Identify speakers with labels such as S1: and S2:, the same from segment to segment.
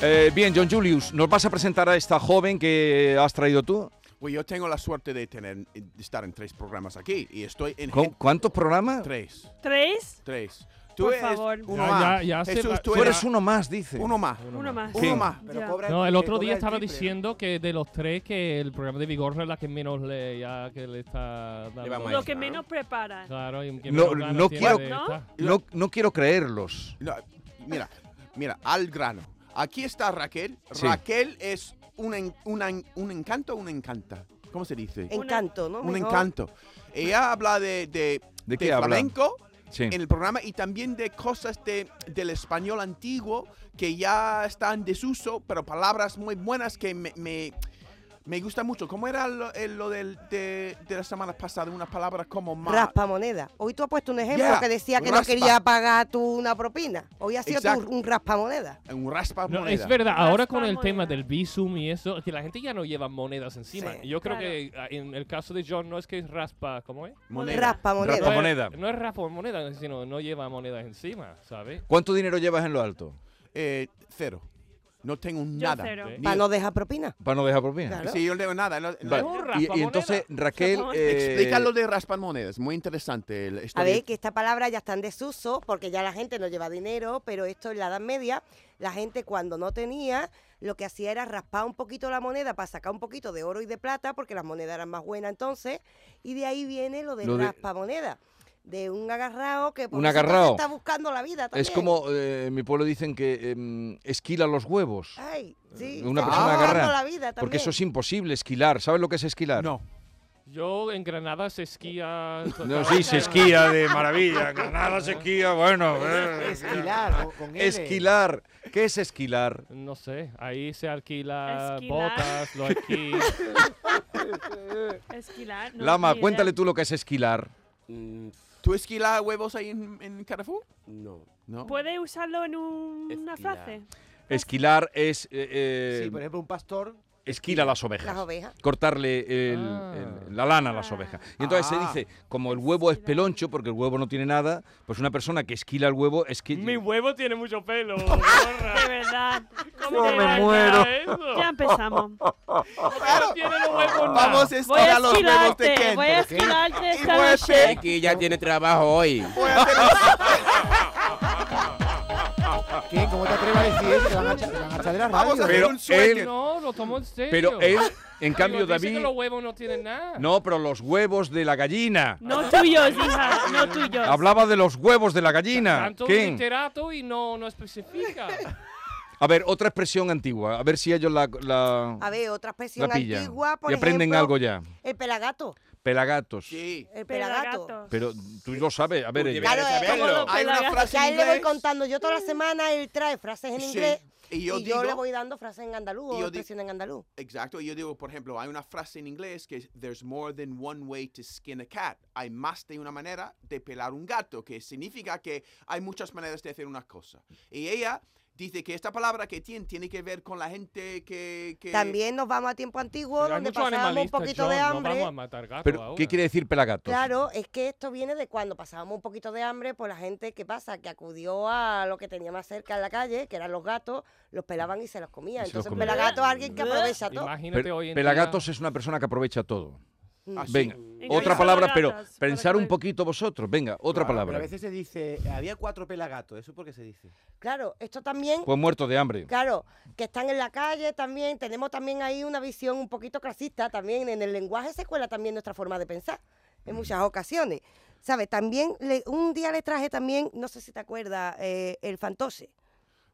S1: Eh, bien, John Julius, ¿nos vas a presentar a esta joven que has traído tú?
S2: Pues yo tengo la suerte de tener de estar en tres programas aquí y estoy en
S1: ¿Con- ¿Cuántos programas?
S2: tres,
S3: ¿Tres?
S2: tres.
S3: Por
S2: eres
S3: favor.
S2: uno
S4: Ya,
S2: más.
S4: ya, ya se
S2: Jesús,
S4: va-
S2: tú
S1: Tú eres
S2: eres
S1: uno más, dice.
S2: uno más.
S3: Uno más.
S1: ¿Quién?
S2: Uno más. Pero
S3: Ya.
S2: cobra-
S4: No, el
S2: que
S4: otro
S2: cobra
S4: día
S2: el
S4: estaba
S2: triple.
S4: diciendo que de los tres que el programa de Vigor es la que menos le, ya que le está dando.
S5: Le va mal.
S3: Lo que menos prepara.
S4: Claro, y que
S1: No,
S4: menos ganas
S1: no
S4: tiene
S1: quiero-
S4: de
S3: ¿No?
S4: estar.
S1: No, no quiero creerlos.
S2: No, mira, mira, al grano. Aquí está Raquel.
S1: Sí.
S2: Raquel es un, en- una en- un encanto, un encanta. ¿Cómo se dice?
S6: Encanto, ¿no?
S2: Un
S6: Mejor.
S2: encanto. Ella habla de, de,
S1: ¿De
S2: de
S1: qué habla?
S2: flamenco
S1: Sí.
S2: en el programa y también de cosas de, del español antiguo que ya están en desuso, pero palabras muy buenas que me, me, me gustan mucho. ¿Cómo era lo, eh, lo del- de, de la semana pasada? Unas palabras como más.
S6: Raspa moneda. Hoy tú has puesto un ejemplo
S2: Yeah,
S6: que decía que
S2: raspa.
S6: no quería pagar tú una propina. Hoy ha sido tú
S2: Exacto.
S6: un raspa moneda.
S2: Un raspa
S4: No,
S2: moneda.
S4: es verdad, ahora
S3: Raspa
S4: con el
S3: moneda.
S4: tema del visum y eso, que la gente ya no lleva monedas encima.
S6: Sí,
S4: Yo creo
S3: claro.
S4: que ah, en el caso de John no es que es raspa, ¿cómo es?
S2: Moneda.
S6: Raspa moneda.
S1: Raspa
S4: no
S1: moneda.
S4: Es, no es raspa moneda, sino no lleva monedas encima, ¿sabes?
S1: ¿Cuánto dinero llevas en lo alto?
S2: Eh, cero. No tengo
S3: Yo
S2: nada.
S3: cero.
S4: Sí.
S6: Para no dejar propina.
S1: Para no dejar propina.
S6: Claro.
S2: Sí, yo no tengo nada. no- no-
S1: Vale.
S4: No,
S1: Y- Y,
S4: raspamoneda.
S1: entonces, Raquel.
S3: Raspamoneda.
S1: eh,
S2: Explica lo de raspar monedas, muy interesante. El,
S6: A
S2: esto de-
S6: ver, que esta palabra ya está en desuso porque ya la gente no lleva dinero, pero esto en la Edad Media, la gente cuando no tenía, lo que hacía era raspar un poquito la moneda para sacar un poquito de oro y de plata porque las monedas eran más buenas entonces, y de ahí viene lo de
S1: Lo de-
S6: raspa moneda, de un agarrado que por
S1: Un
S6: eso entonces
S1: agarrao.
S6: está buscando la vida también.
S1: Es como eh, en mi pueblo dicen que em, esquila los huevos.
S6: Ay, sí,
S1: Eh, Una
S6: está
S1: persona
S6: buscando
S1: agarrada,
S6: la vida
S1: Porque
S6: Ah, también.
S1: eso es imposible, esquilar. ¿Sabes lo que es esquilar?
S2: No.
S4: Yo en Granada se esquía.
S1: No, sí, se esquía de maravilla. en Granada se esquía, bueno. eh.
S7: Esquilar, o- con L.
S1: Esquilar. ¿Qué es esquilar?
S4: No sé, ahí se alquila
S3: Esquilar.
S4: botas, lo aquí.
S3: Esquilar. no,
S1: Lama,
S3: ni idea.
S1: cuéntale tú lo que es esquilar.
S5: Mm,
S2: ¿Tú esquilas huevos ahí en, en Carrefour?
S5: no.
S2: No.
S3: ¿Puede usarlo en un- una
S5: Esquilar.
S3: frase?
S1: Esquilar es. eh, eh,
S7: Sí, por ejemplo, un pastor.
S1: esquila las ovejas.
S6: Las ovejas.
S1: Cortarle el-
S4: Ah.
S1: el- la lana a las ovejas. Y entonces
S2: Ah.
S1: se dice, como el huevo es peloncho, porque el huevo no tiene nada, pues una persona que esquila el huevo es que.
S4: Mi huevo tiene mucho pelo.
S3: De
S4: gorra.
S3: verdad.
S4: ¿Cómo
S3: De
S4: te
S3: verdad.
S4: va a quedar eso?
S3: Ya empezamos.
S4: No tiene los huevos nada.
S2: Vamos
S1: eh.
S2: a
S3: Voy a
S2: esquilar los huevos de
S3: esquilarte.
S2: Ken.
S3: Voy a esquilarte
S2: Y
S3: esta
S2: voy a
S3: noche.
S2: hacer-
S5: Aquí ya tiene trabajo hoy.
S2: voy a hacer-
S7: ¿Qué? ¿Cómo te atreves a decir eso? Te van a echar, te van a echar de la radio.
S2: Vamos a hacer
S1: Pero
S2: un sueño.
S1: él-
S4: No, lo tomo en serio.
S1: Pero él, en
S4: Digo,
S1: cambio,
S4: dice
S1: David.
S4: que los huevos no tienen nada.
S1: No, pero los huevos de la gallina.
S3: No tuyos, hija. No tuyos.
S1: Hablaba de los huevos de la gallina.
S4: Tanto un
S1: ¿Quién?
S4: literato y no, no especifica.
S1: A ver, otra expresión antigua. A ver si ellos la, la,
S6: A ver, otra
S1: la
S6: expresión
S1: pillan.
S6: antigua, por
S1: y aprenden
S6: ejemplo,
S1: algo ya.
S6: El pelagato.
S1: Pelagatos.
S2: Sí.
S6: El pelagato.
S3: Pelagatos.
S1: Pero tú lo sabes. A ver, eh, ella.
S6: Claro, es como
S5: saberlo.
S3: lo
S2: Hay una
S3: pelagatos.
S2: frase
S6: Que a
S2: en
S6: él le voy
S2: inglés.
S6: contando. Yo toda la semana él trae frases en
S2: Sí.
S6: inglés
S2: Y
S6: y,
S2: yo
S6: yo,
S2: digo,
S6: le voy dando frases en andaluz
S2: y
S6: o
S2: yo di-
S6: expresiones en andaluz.
S2: exacto, y yo digo, por ejemplo, hay una frase en inglés que es there's more than one way to skin a cat. Hay más de una manera de pelar un gato, que significa que hay muchas maneras de hacer una cosa. Y ella dice que esta palabra que tiene tiene que ver con la gente que, que-
S6: También nos vamos a tiempo antiguo,
S4: Pero hay
S6: donde
S4: muchos
S6: pasábamos un
S4: animalistas,
S6: poquito
S4: John,
S6: de
S4: No
S6: hambre.
S4: vamos a matar gatos
S1: Pero,
S4: ahora.
S1: ¿Qué quiere decir pelagatos?
S6: Claro, es que esto viene de cuando pasábamos un poquito de hambre por la gente que pasa, que acudió a lo que tenía más cerca en la calle, que eran los gatos, los pelaban y se los comía.
S1: Y se los
S6: Entonces,
S1: comía.
S6: pelagato es alguien que aprovecha todo.
S4: Imagínate
S1: Pe-
S4: hoy en
S1: pelagatos
S4: día.
S1: es una persona que aprovecha todo.
S2: Así.
S1: Venga,
S3: Engañar
S1: otra
S3: a
S1: palabra,
S3: las
S1: pero
S3: ratas, para
S1: pensar
S3: que
S1: un
S3: no-
S1: poquito vosotros. Venga, otra
S7: Claro, Pero a
S1: palabra.
S7: veces se dice, había cuatro pelagatos. ¿Eso por qué se dice?
S6: Claro, esto también
S1: Pues muerto de hambre.
S6: Claro, que están en la calle también. Tenemos también ahí una visión un poquito clasista también. En el lenguaje se cuela también nuestra forma de pensar
S1: Mm.
S6: en muchas ocasiones. ¿Sabes? También le- un día le traje también, no sé si te acuerdas, eh, el fantoche.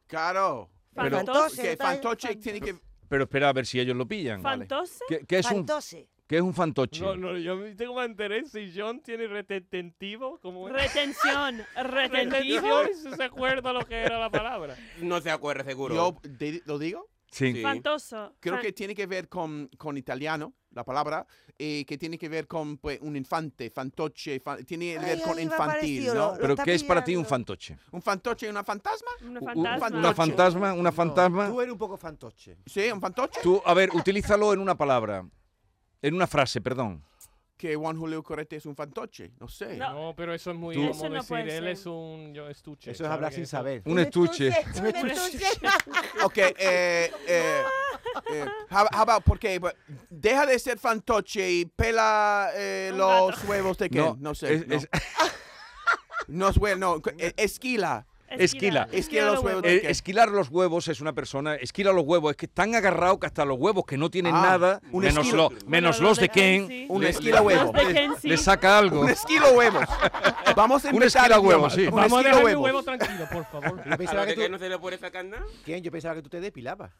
S2: Claro.
S1: Pero-
S6: Fantoche.
S2: Que
S6: le traje
S2: fantoche
S6: fan-
S2: tiene que...
S1: Pero espera a ver si ellos lo pillan.
S3: ¿Fantose?
S1: ¿Qué, qué es un,
S6: Fantoche.
S1: qué es un fantoche?
S4: No, no, yo me tengo que enterar si John tiene retentivo. como
S3: Retención. Retentivo.
S4: Retentivo, si se acuerda lo que era la palabra.
S5: No se acuerda seguro.
S2: Yo de- lo digo.
S1: Sí.
S5: Sí.
S3: Fantoso.
S2: Creo
S3: fan-
S2: que tiene que ver con, con italiano, la palabra, y que tiene que ver con pues, un infante, fantoche, fan- tiene que ver
S6: Ay,
S2: con
S6: ay, me ha
S2: infantil,
S6: parecido,
S2: ¿no?
S6: lo-
S1: Pero
S6: está
S1: ¿qué es para ti un
S6: pillando.
S1: fantoche?
S2: ¿Un fantoche y una fantasma?
S3: Una
S1: U- u-
S3: fantasma.
S1: Una fantasma, una
S7: No,
S1: fantasma.
S7: tú eres un poco fantoche.
S2: Sí, un fantoche.
S1: Tú, a ver, utilízalo en una palabra. En una frase, perdón.
S2: que Juan Julio Correte es un fantoche. No sé.
S3: No.
S4: No, pero eso es muy
S1: Tú-
S4: como
S3: Eso no
S4: decir,
S3: puede
S4: él
S3: ser.
S4: es un yo estuche.
S7: Eso es
S4: ¿sabes?
S7: hablar
S4: Que
S7: sin
S4: eso-
S7: saber.
S1: Un estuche.
S6: Un estuche.
S2: Ok, eh, eh, eh, how, how about, porque but, deja de ser fantoche y pela eh,
S3: Un
S2: los huevos de Ken. No, sé.
S1: es-
S2: no.
S1: es-
S2: No es hue- no, eh, esquila.
S1: Esquila.
S2: Esquila los huevos.
S1: eh,
S2: ¿Por qué?
S1: esquilar los huevos es una persona. Esquila los huevos. Es que están agarrados que hasta los huevos que no tienen
S2: Ah,
S1: nada,
S2: un
S1: menos,
S2: esquilo.
S1: lo- menos los de Ken,
S3: Kenzie.
S2: Un
S1: le-
S2: esquila
S1: le-
S2: huevo.
S3: Los de
S2: Eh, Le-
S1: le
S3: Kenzie.
S1: saca algo.
S2: Un esquilo huevos. Vamos a
S1: Un
S2: inventar
S1: esquila huevo,
S2: idiomas.
S1: sí.
S2: Un
S4: Vamos a
S2: esquila
S4: dejar mi
S2: huevo.
S4: huevo tranquilo, por favor.
S7: Yo
S5: ¿A
S7: pensaba
S5: lo de
S7: que
S5: que
S7: tú,
S5: no se le puede sacar nada?
S7: ¿Quién? Yo pensaba que tú te depilabas.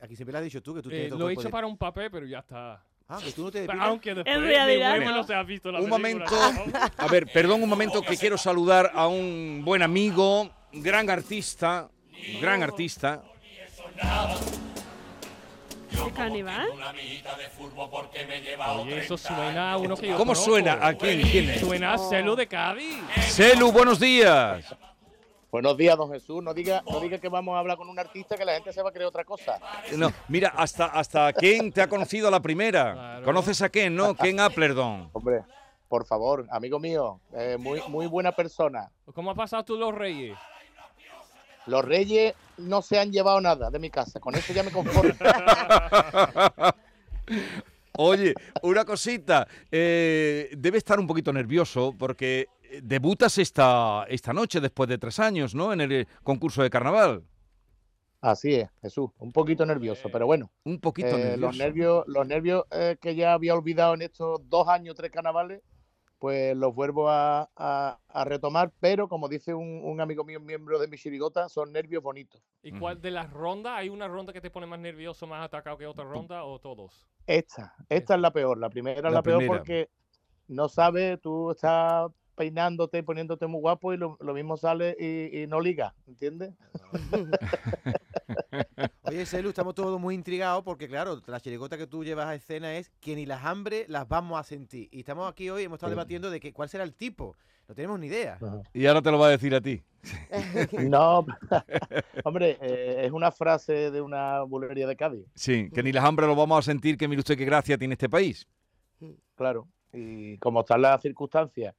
S7: Aquí siempre lo has dicho tú, que tú
S4: Eh,
S7: tienes todo
S4: lo he
S7: cuerpo
S4: hecho
S7: de-
S4: para un papel, pero ya
S1: Eh,
S4: está.
S7: Ah, que tú no te
S4: Pero
S7: depilas.
S4: Aunque después mi
S3: realidad
S4: huevo
S3: no.
S4: no se ha visto la
S1: Un
S4: película,
S1: momento.
S4: ¿no?
S1: A ver, perdón un momento que quiero saludar a un buen amigo, un gran artista, un gran artista.
S3: ¿De Canibal?
S4: Oye, eso suena a uno que yo
S1: ¿Cómo
S4: conozco.
S1: suena? Eh. ¿A quién? ¿Quién es?
S4: Suena a Celu de Cádiz.
S1: Celu, buenos días.
S8: Buenos días, don Jesús. No diga, no diga que vamos a hablar con un artista que la gente se va a creer otra cosa.
S1: No, mira, hasta, hasta Ken te ha conocido a la primera.
S4: Claro.
S1: ¿Conoces a Ken, no? Ken Applerdon.
S8: Hombre, por favor, amigo mío, eh, muy, muy buena persona.
S4: ¿Cómo ha pasado tú los reyes?
S8: Los reyes no se han llevado nada de mi casa. Con eso ya me conformo.
S1: Oye, una cosita. eh, debe estar un poquito nervioso porque eh, debutas esta, esta noche después de tres años, ¿no? En el eh, concurso de carnaval.
S8: Así es, Jesús. Un poquito nervioso, pero bueno.
S1: Un poquito
S8: eh,
S1: nervioso.
S8: los nervios, los nervios eh, que ya había olvidado en estos dos años, tres carnavales, pues los vuelvo a, a- a retomar. Pero como dice un, un amigo mío, miembro de mi chirigota, son nervios bonitos.
S4: ¿Y
S1: Ujú.
S4: cuál de las rondas? ¿Hay una ronda que te pone más nervioso, más atacado que otra ronda o todos?
S8: Esta, esta es la peor. La primera es
S1: La
S8: la, peor
S1: primera.
S8: porque no sabes, tú estás peinándote, poniéndote muy guapo y lo, lo mismo sale y, y no liga, ¿entiendes?
S7: Oye, Celu, estamos todos muy intrigados porque, claro, la chirigota que tú llevas a escena es que ni las hambre las vamos a sentir. Y estamos aquí hoy, hemos estado
S1: Sí.
S7: debatiendo de que, cuál será el tipo. No tenemos ni idea.
S1: Y ahora te lo va a decir a ti.
S8: No, hombre, eh, es una frase de una bulería de Cádiz,
S1: Sí, que ni las hambres lo vamos a sentir, que mire usted qué gracia tiene este país.
S8: claro. Y como están las circunstancias,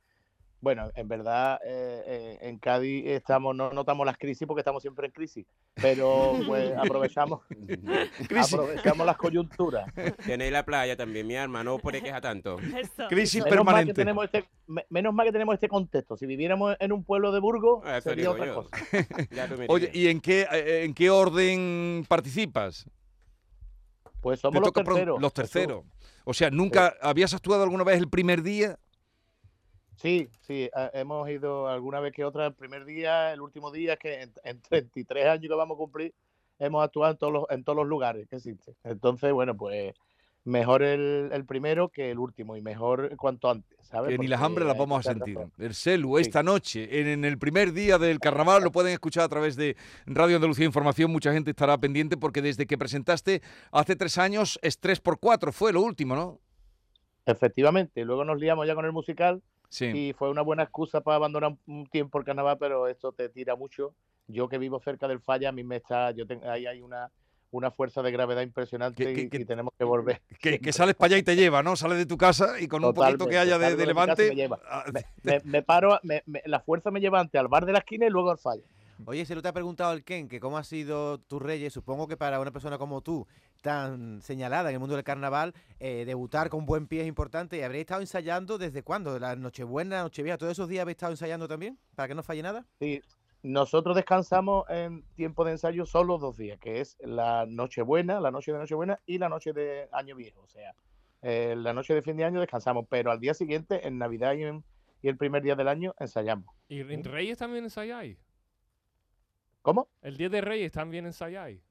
S8: bueno, en verdad eh, eh, en Cádiz estamos, no notamos las crisis porque estamos siempre en crisis, pero pues aprovechamos, aprovechamos las coyunturas.
S5: Tenéis la playa también, mi arma, no puede quejar tanto.
S3: Eso.
S1: Crisis
S8: Menos mal,
S1: permanente.
S8: que tenemos este, me- menos mal que tenemos este contexto. Si viviéramos en un pueblo de Burgos,
S5: Ah, eso
S8: sería
S5: digo
S8: otra
S5: yo.
S8: cosa.
S5: Ya tú me
S1: Oye,
S5: dirás.
S1: ¿y en qué, eh, en qué orden participas?
S8: Pues
S1: Te
S8: somos los
S1: toca pro-
S8: terceros. Eh.
S1: los
S8: Jesús.
S1: terceros. O sea, ¿nunca habías actuado alguna vez el primer día?
S8: Sí, sí, a- hemos ido alguna vez que otra el primer día, el último día, que en, en 33 años que vamos a cumplir, hemos actuado en todos los, en todos los lugares que existen. Entonces, bueno, pues mejor el, el primero que el último y mejor cuanto antes, ¿sabes?
S1: Que ni las
S8: Porque
S1: hambres las
S8: hay
S1: vamos a
S8: muchas
S1: sentir.
S8: razones.
S1: El CELU,
S8: Sí.
S1: esta noche, en, en el primer día del carnaval, lo pueden escuchar a través de Radio Andalucía Información. Mucha gente estará pendiente porque desde que presentaste hace tres años es 3x4, fue lo último, ¿no?
S8: Efectivamente, luego nos liamos ya con el musical
S1: Sí.
S8: Y fue una buena excusa para abandonar un- un tiempo el carnaval, pero esto te tira mucho. Yo que vivo cerca del falla, a mí me está, yo ten- ahí hay una, una fuerza de gravedad impresionante
S1: Que- que-
S8: y,
S1: que-
S8: y tenemos que volver.
S1: Que, que sales para allá y te lleva, ¿no? Sales de tu casa y con un poquito
S8: Totalmente,
S1: que haya de,
S8: salgo
S1: de
S8: de mi casa y
S1: levante.
S8: me lleva.
S1: ah,
S8: Me, me- me paro, a- me- me- la fuerza me lleva ante al bar de la esquina y luego al falla.
S7: Oye, Celu, te ha preguntado el Ken que cómo ha sido tu reyes. Supongo que para una persona como tú, tan señalada en el mundo del carnaval, eh, debutar con buen pie es importante. ¿Y habréis estado ensayando desde cuándo? ¿La Nochebuena, Nochevieja? ¿Todos esos días habéis estado ensayando también? ¿Para que no falle nada?
S8: Sí, nosotros descansamos en tiempo de ensayo solo dos días, que es la Nochebuena, la noche de Nochebuena y la noche de Año Viejo. O sea, eh, la noche de fin de año descansamos, pero al día siguiente, en Navidad y, en- y el primer día del año, ensayamos.
S4: ¿Y en Reyes también ensayáis?
S8: ¿Cómo?
S4: El 10 de Reyes también ensayáis.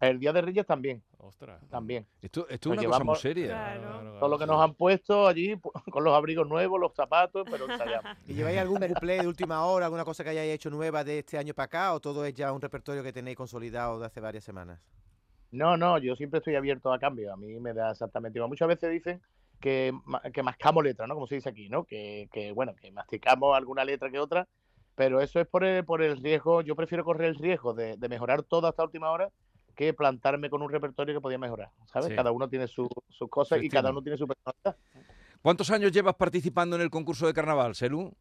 S8: El Día de Reyes también,
S4: Ostras.
S8: también.
S1: Esto, esto es
S8: Nos
S1: una cosa muy
S8: llevamos-
S1: seria.
S3: Claro.
S8: Todo lo que nos han puesto allí, pu- con los abrigos nuevos, los zapatos, pero ensayamos.
S7: ¿Y lleváis algún cumple de última hora, alguna cosa que hayáis hecho nueva de este año para acá? ¿O todo es ya un repertorio que tenéis consolidado de hace varias semanas?
S8: No, no, yo siempre estoy abierto a cambio. A mí me da exactamente igual. Muchas veces dicen que, ma- que mascamos letras, ¿no? Como se dice aquí, ¿no? Que, que, bueno, que masticamos alguna letra que otra, pero eso es por el, por el riesgo. Yo prefiero correr el riesgo de, de mejorar todo hasta última hora que plantarme con un repertorio que podía mejorar, ¿sabes?
S1: Sí.
S8: Cada uno tiene su- sus cosas
S1: Su
S8: y cada
S1: estilo.
S8: uno tiene su personalidad.
S1: ¿Cuántos años llevas participando en el concurso de carnaval, Selú?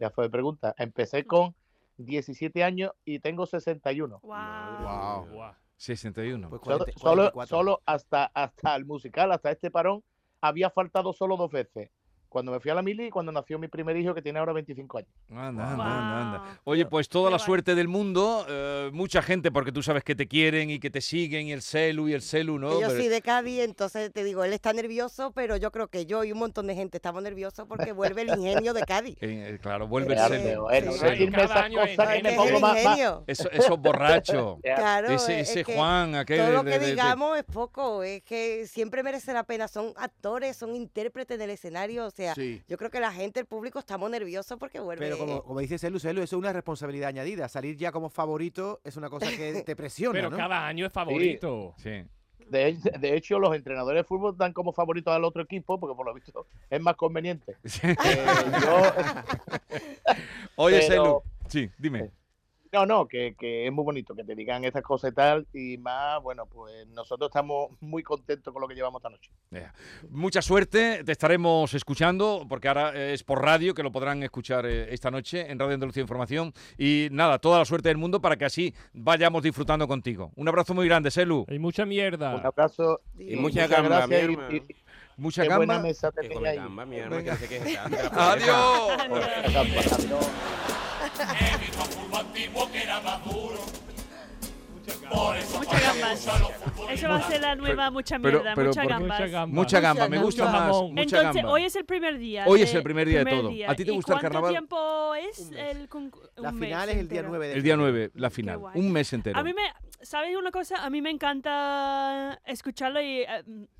S8: Ya fue de pregunta. Empecé con 17 años y tengo 61.
S3: Wow.
S1: 61.
S7: Pues
S8: Solo,
S7: 40,
S8: solo,
S7: 44.
S8: solo hasta, hasta el musical, hasta este parón, había faltado solo dos veces. Cuando me fui a la mili y cuando nació mi primer hijo, que tiene ahora 25 años.
S1: Anda,
S3: Wow.
S1: anda, anda, anda. Oye, pues toda
S3: Qué
S1: la
S3: guay.
S1: suerte del mundo, eh, mucha gente, porque tú sabes que te quieren y que te siguen, y el celu, y el celu, ¿no?
S6: Que yo
S1: Pero-
S6: soy de Cádiz, entonces te digo, él está nervioso, pero yo creo que yo y un montón de gente estamos nerviosos porque vuelve el ingenio de Cádiz.
S1: Eh, eh, claro, vuelve el
S6: Claro,
S1: celu.
S8: bueno,
S6: sí.
S8: decirme
S4: Cada
S8: esas
S4: año es-
S8: cosas que
S6: Es
S4: Ahí
S6: que
S8: me
S6: es
S4: pongo
S8: pongo
S6: el
S8: más- más,
S6: ingenio.
S1: Eso- esos borrachos.
S6: Claro,
S1: Eh, ese
S6: es
S1: ese
S6: que
S1: Juan, aquel.
S6: todo lo
S1: de-
S6: que
S1: de- de-
S6: digamos es poco, es que siempre merece la pena. Son actores, son intérpretes del escenario, o sea,
S2: Sí.
S6: yo creo que la gente, el público, estamos nerviosos porque vuelve.
S7: Pero como, como dice Celu, Celu, eso es una responsabilidad añadida. Salir ya como favorito es una cosa que te presiona,
S4: Pero
S7: ¿no?
S4: cada año es favorito.
S1: Sí.
S8: De, he- de hecho, los entrenadores de fútbol dan como favoritos al otro equipo, porque por lo visto es más conveniente. Eh, yo-
S1: Oye, Celu.
S8: Pero-
S1: Sí, dime.
S8: no, no, que, que es muy bonito que te digan estas cosas y tal. Y más, bueno, pues nosotros estamos muy contentos con lo que llevamos esta noche.
S1: Mucha suerte, te estaremos escuchando, porque ahora eh, es por radio, que lo podrán escuchar eh, esta noche en Radio Andalucía Información. Y nada, toda la suerte del mundo para que así vayamos disfrutando contigo. Un abrazo muy grande, Celu.
S4: Hay mucha mierda.
S8: Un abrazo.
S5: Y
S6: Digo,
S5: mucha gamba, mi
S8: gracias.
S5: hermano.
S8: y- y- y
S1: Mucha
S8: qué buena
S1: gamba.
S8: mesa te
S5: Que come
S8: tenías ahí.
S5: gamba, mi hermano, que no sé qué es esta, de la pareja.
S1: Adiós.
S8: Adiós.
S3: Mucha gamba. Eso va a ser la nueva mucha
S1: pero-
S3: mierda,
S1: pero
S3: mucha
S1: por-
S3: gambas.
S4: Mucha gamba.
S1: Mucha gamba, me
S6: gamba.
S1: gusta más.
S4: Jamón.
S1: Mucha
S3: Entonces,
S1: gamba.
S3: hoy es el primer día.
S1: Hoy es el primer día de todo.
S3: día.
S1: ¿A ti te
S3: ¿Y
S1: gusta el carnaval?
S3: ¿Cuánto tiempo es
S7: Un mes.
S3: el concurso?
S7: La final es el día 9 de
S1: El día
S7: febrero.
S1: 9, la final.
S3: guay.
S1: Un mes entero.
S3: A mí me, ¿sabes una cosa? A mí me encanta escucharlo y eh,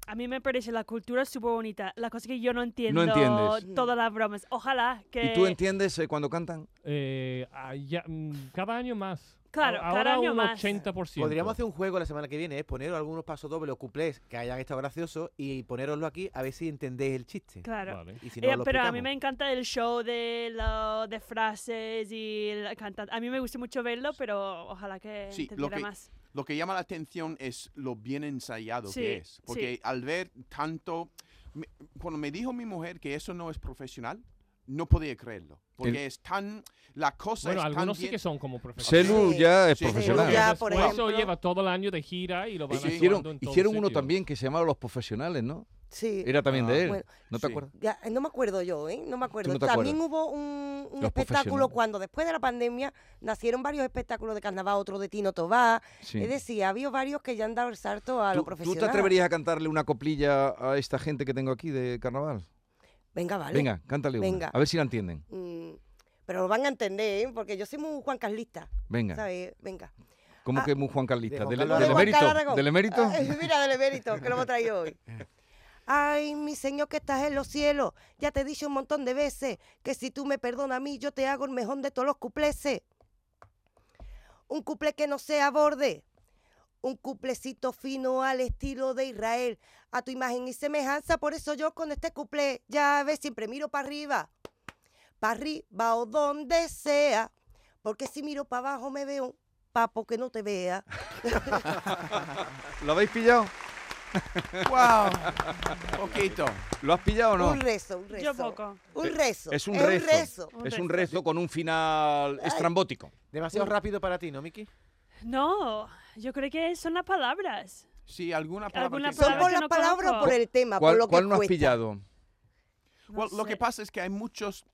S3: a mí me parece la cultura súper bonita. La cosa que yo no entiendo.
S1: entiendes.
S3: Todas las bromas. Ojalá que...
S1: ¿Y tú entiendes eh, cuando cantan?
S4: Eh, ah, ya, mm, cada año más.
S3: Claro,
S4: A-
S3: cada
S4: Ahora
S3: año
S4: un
S3: más.
S4: 80%.
S7: Podríamos hacer un juego la semana que viene, es poneros algunos pasos dobles o cuplés que hayan estado graciosos y poneroslo aquí a ver si entendéis el chiste.
S3: Claro.
S4: Vale.
S7: Y si no,
S3: Eh,
S7: lo
S3: pero a
S7: explicamos.
S3: mí me encanta el show de, lo- de frases y la cantante. A mí me gusta mucho verlo, pero ojalá que
S2: Sí, lo
S3: entendiera
S2: que-
S3: más.
S2: Lo que llama la atención es lo bien ensayado
S3: Sí,
S2: que es. Porque
S3: sí.
S2: al ver tanto. me- cuando me dijo mi mujer que eso no es profesional, no podía creerlo. Porque es tan. La cosa
S4: Bueno,
S2: es tan.
S4: algunos sí
S2: bien-
S4: que son como profesionales.
S1: Celu
S6: Sí.
S1: ya es
S2: Sí,
S1: profesional.
S6: Celu ya, por
S4: Después
S6: ejemplo.
S4: eso lleva todo el año de gira y lo van
S1: Eh,
S2: Sí,
S4: actuando
S1: Hicieron,
S4: en todo
S1: hicieron uno
S4: sitio.
S1: también que se llamaba Los Profesionales, ¿no?
S6: sí.
S1: Era también de
S2: Ah,
S1: él.
S6: bueno,
S1: ¿No te
S2: sí.
S1: acuerdas?
S6: Ya, eh, no me acuerdo yo, ¿eh? No me acuerdo.
S1: no te
S6: También hubo un, un
S1: Los
S6: espectáculo
S1: profesionales.
S6: cuando después de la pandemia nacieron varios espectáculos de carnaval, otro de Tino Tobá.
S1: Sí.
S6: Es decir, ha habido varios que ya han dado el salto a
S1: ¿Tú,
S6: lo
S1: tú
S6: profesional.
S1: te atreverías a cantarle una coplilla a esta gente que tengo aquí de carnaval?
S6: Venga, vale.
S1: Venga, cántale una.
S6: Venga.
S1: A ver si la entienden.
S6: Mm, pero lo van a entender, ¿eh? Porque yo soy muy Juan Carlista,
S1: Venga.
S6: ¿sabes? Venga.
S1: ¿Cómo
S6: Ah.
S1: que muy Juan Carlista?
S7: De Juan
S1: ¿Del,
S7: Carlos
S1: del
S6: Lo de Juan Carlos Eh.
S1: emérito?
S6: Aragón.
S1: ¿Del emérito?
S6: Ay, Ah, mira, del emérito, que lo hemos traído hoy. Ay, mi Señor que estás en los cielos, ya te he dicho un montón de veces que si tú me perdonas a mí, yo te hago el mejor de todos los cupleses. Un cuple que no sea borde, un cuplecito fino al estilo de Israel, a tu imagen y semejanza, por eso yo con este cuplé, ya ves, siempre miro para arriba, para arriba o donde sea, porque si miro para abajo me veo un papo que no te vea.
S1: ¿Lo habéis pillado?
S2: ¡Wow! Poquito.
S1: ¿Lo has pillado o no? Eh,
S6: Un rezo, un rezo.
S3: Yo poco.
S6: Un rezo.
S1: Es un
S6: Un
S1: rezo.
S6: rezo.
S3: Un
S1: Es un
S3: rezo.
S1: rezo con un final estrambótico.
S7: Demasiado rápido para ti, ¿no, Miki?
S3: No, yo creo que son las palabras.
S2: Sí, alguna palabra.
S3: Alguna
S2: que-
S3: palabra.
S6: ¿Son por
S3: que
S6: las
S3: no
S6: palabras o
S3: conozco.
S6: por el tema? Ah, por
S1: ¿Cuál,
S6: lo que
S1: cuál no has
S6: cuesta?
S1: pillado?
S3: No
S2: Well, lo
S3: sé.
S2: que pasa es que hay muchos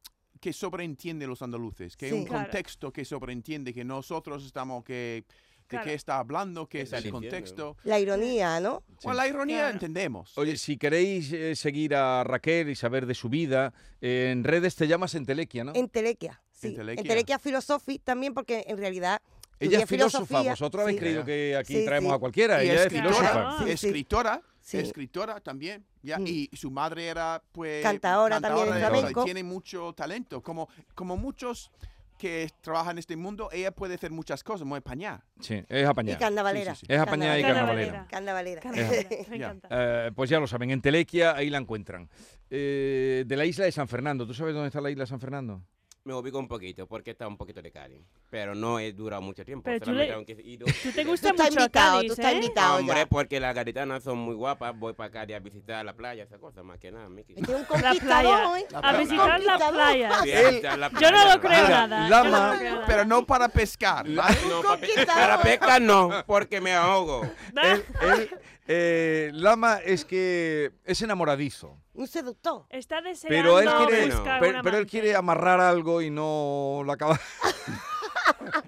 S2: que sobreentienden los andaluces, que hay un
S6: Sí.
S3: Claro.
S2: contexto que sobreentiende, que nosotros estamos que... ¿De
S3: Claro.
S2: qué está hablando? ¿Qué es
S5: ¿Qué
S2: el
S5: está diciendo?
S2: contexto?
S6: La ironía, ¿no?
S1: Sí.
S2: Bueno, la ironía
S3: Claro.
S2: entendemos.
S1: Oye, si queréis eh, seguir a Raquel y saber de su vida, eh, en redes te llamas Entelequia, ¿no?
S6: Entelequia. Sí.
S2: Entelequia.
S6: Entelequia. Filosofi también, porque en realidad.
S1: Ella es
S6: estudié
S1: filósofa,
S6: filosofía.
S1: vosotros habéis
S6: Sí.
S1: creído que aquí
S6: Sí,
S1: traemos
S6: sí.
S1: a cualquiera,
S2: Y
S1: ella es
S2: escritora,
S1: filósofa.
S3: Ah, sí,
S6: sí.
S2: escritora,
S6: Sí.
S2: escritora también. ya,
S6: Mm.
S2: Y su madre era, pues...
S6: Cantadora también de
S2: cantadora y
S6: flamenco.
S2: Tiene mucho talento. Como, como muchos que trabajan en este mundo, ella puede hacer muchas cosas, muy pañada.
S1: Sí, es
S6: Y
S1: apañada.
S6: carnavalera.
S2: Sí, sí,
S1: Es apañada y
S3: Carnavalera.
S1: carnavalera.
S6: Carnavalera.
S3: Carnavalera, me
S2: Ya.
S3: encanta.
S1: Eh, pues ya lo saben, en Telequia ahí la encuentran. Eh, de la isla de San Fernando, ¿tú sabes dónde está la isla de San Fernando?
S5: me ubico un poquito, porque está un poquito de Cádiz. Pero no he durado mucho tiempo.
S3: Pero tú
S5: solamente
S3: le-
S5: aunque he ido-
S3: Tú te
S6: Tú
S3: gusta
S6: estás
S3: mucho
S6: invitado,
S3: Cádiz,
S6: tú estás
S3: ¿eh?
S6: invitado
S5: Hombre,
S6: ya.
S5: porque las gaditanas son muy guapas. Voy para Cádiz a visitar la playa, esa cosa, más que nada, Miki.
S6: Este es un
S3: playa.
S6: conquistador, ¿eh?
S3: A visitar la
S6: Conquistador.
S3: playa.
S5: Sí, a visitar la
S3: Yo no
S5: playa,
S3: lo creo
S5: ¿vale?
S3: nada.
S1: Lama,
S3: yo no lo creo nada.
S2: Pero no para pescar. ¿vale?
S5: No,
S6: Un
S5: para pe-
S6: conquistador.
S5: para pesca no, porque me ahogo.
S3: Nah,
S1: Él- él, eh, Lama es que es enamoradizo.
S6: Un seductor.
S3: Está deseando
S1: Pero él quiere,
S5: bueno.
S3: buscar
S1: pero,
S3: un
S1: pero él
S3: amante.
S1: quiere amarrar algo y no lo acaba.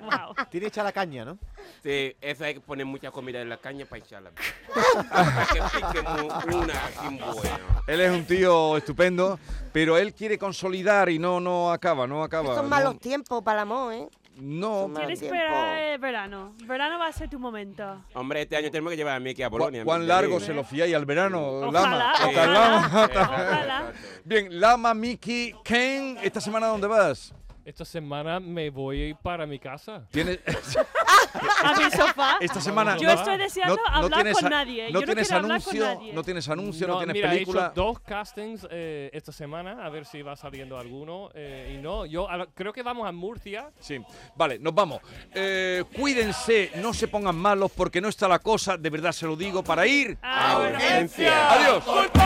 S3: Guau.
S7: Tiene hecha la caña, ¿no?
S5: Sí, eso hay que poner mucha comida en la caña para echarla. para que pique mu- una así buena.
S1: Él es un tío estupendo, pero él quiere consolidar y no no acaba, no acaba.
S6: Estos
S1: no-
S6: malos tiempos para el amor, ¿eh?
S1: No.
S6: son
S1: Cu-
S6: malos
S3: Tienes que
S6: tiempos.
S3: esperar el verano. Verano va a ser tu momento.
S5: Hombre, este año tenemos que llevar a Miki a Bolonia.
S1: ¿Cuán largo se lo fiáis al verano, Lama?
S3: Ojalá,
S1: Hasta
S3: ojalá.
S1: Lama, hasta-
S3: Ojalá.
S1: Bien, Lama, Miki, Ken, ¿esta semana dónde vas?
S4: Esta semana me voy para mi casa.
S1: ¿Tienes,
S3: A mi sofá.
S1: esta semana
S3: Yo estoy deseando hablar
S1: tienes
S3: con
S1: a-
S3: nadie. ¿eh?
S1: No
S3: Yo no
S1: tienes
S3: quiero hablar con
S1: anuncio,
S3: nadie.
S1: no tienes anuncio, no, tienes
S4: mira, he
S1: película.
S4: hecho dos castings eh, esta semana, a ver si va saliendo alguno. eh, y no, yo a la- creo que vamos a Murcia.
S1: Sí, vale, nos vamos. Eh, cuídense, no se
S3: Ah,
S1: pongan malos porque no está la cosa, de verdad se lo digo, para ir.
S3: A
S5: Ah, urgencia.
S1: Adiós.
S3: ¡Culpa!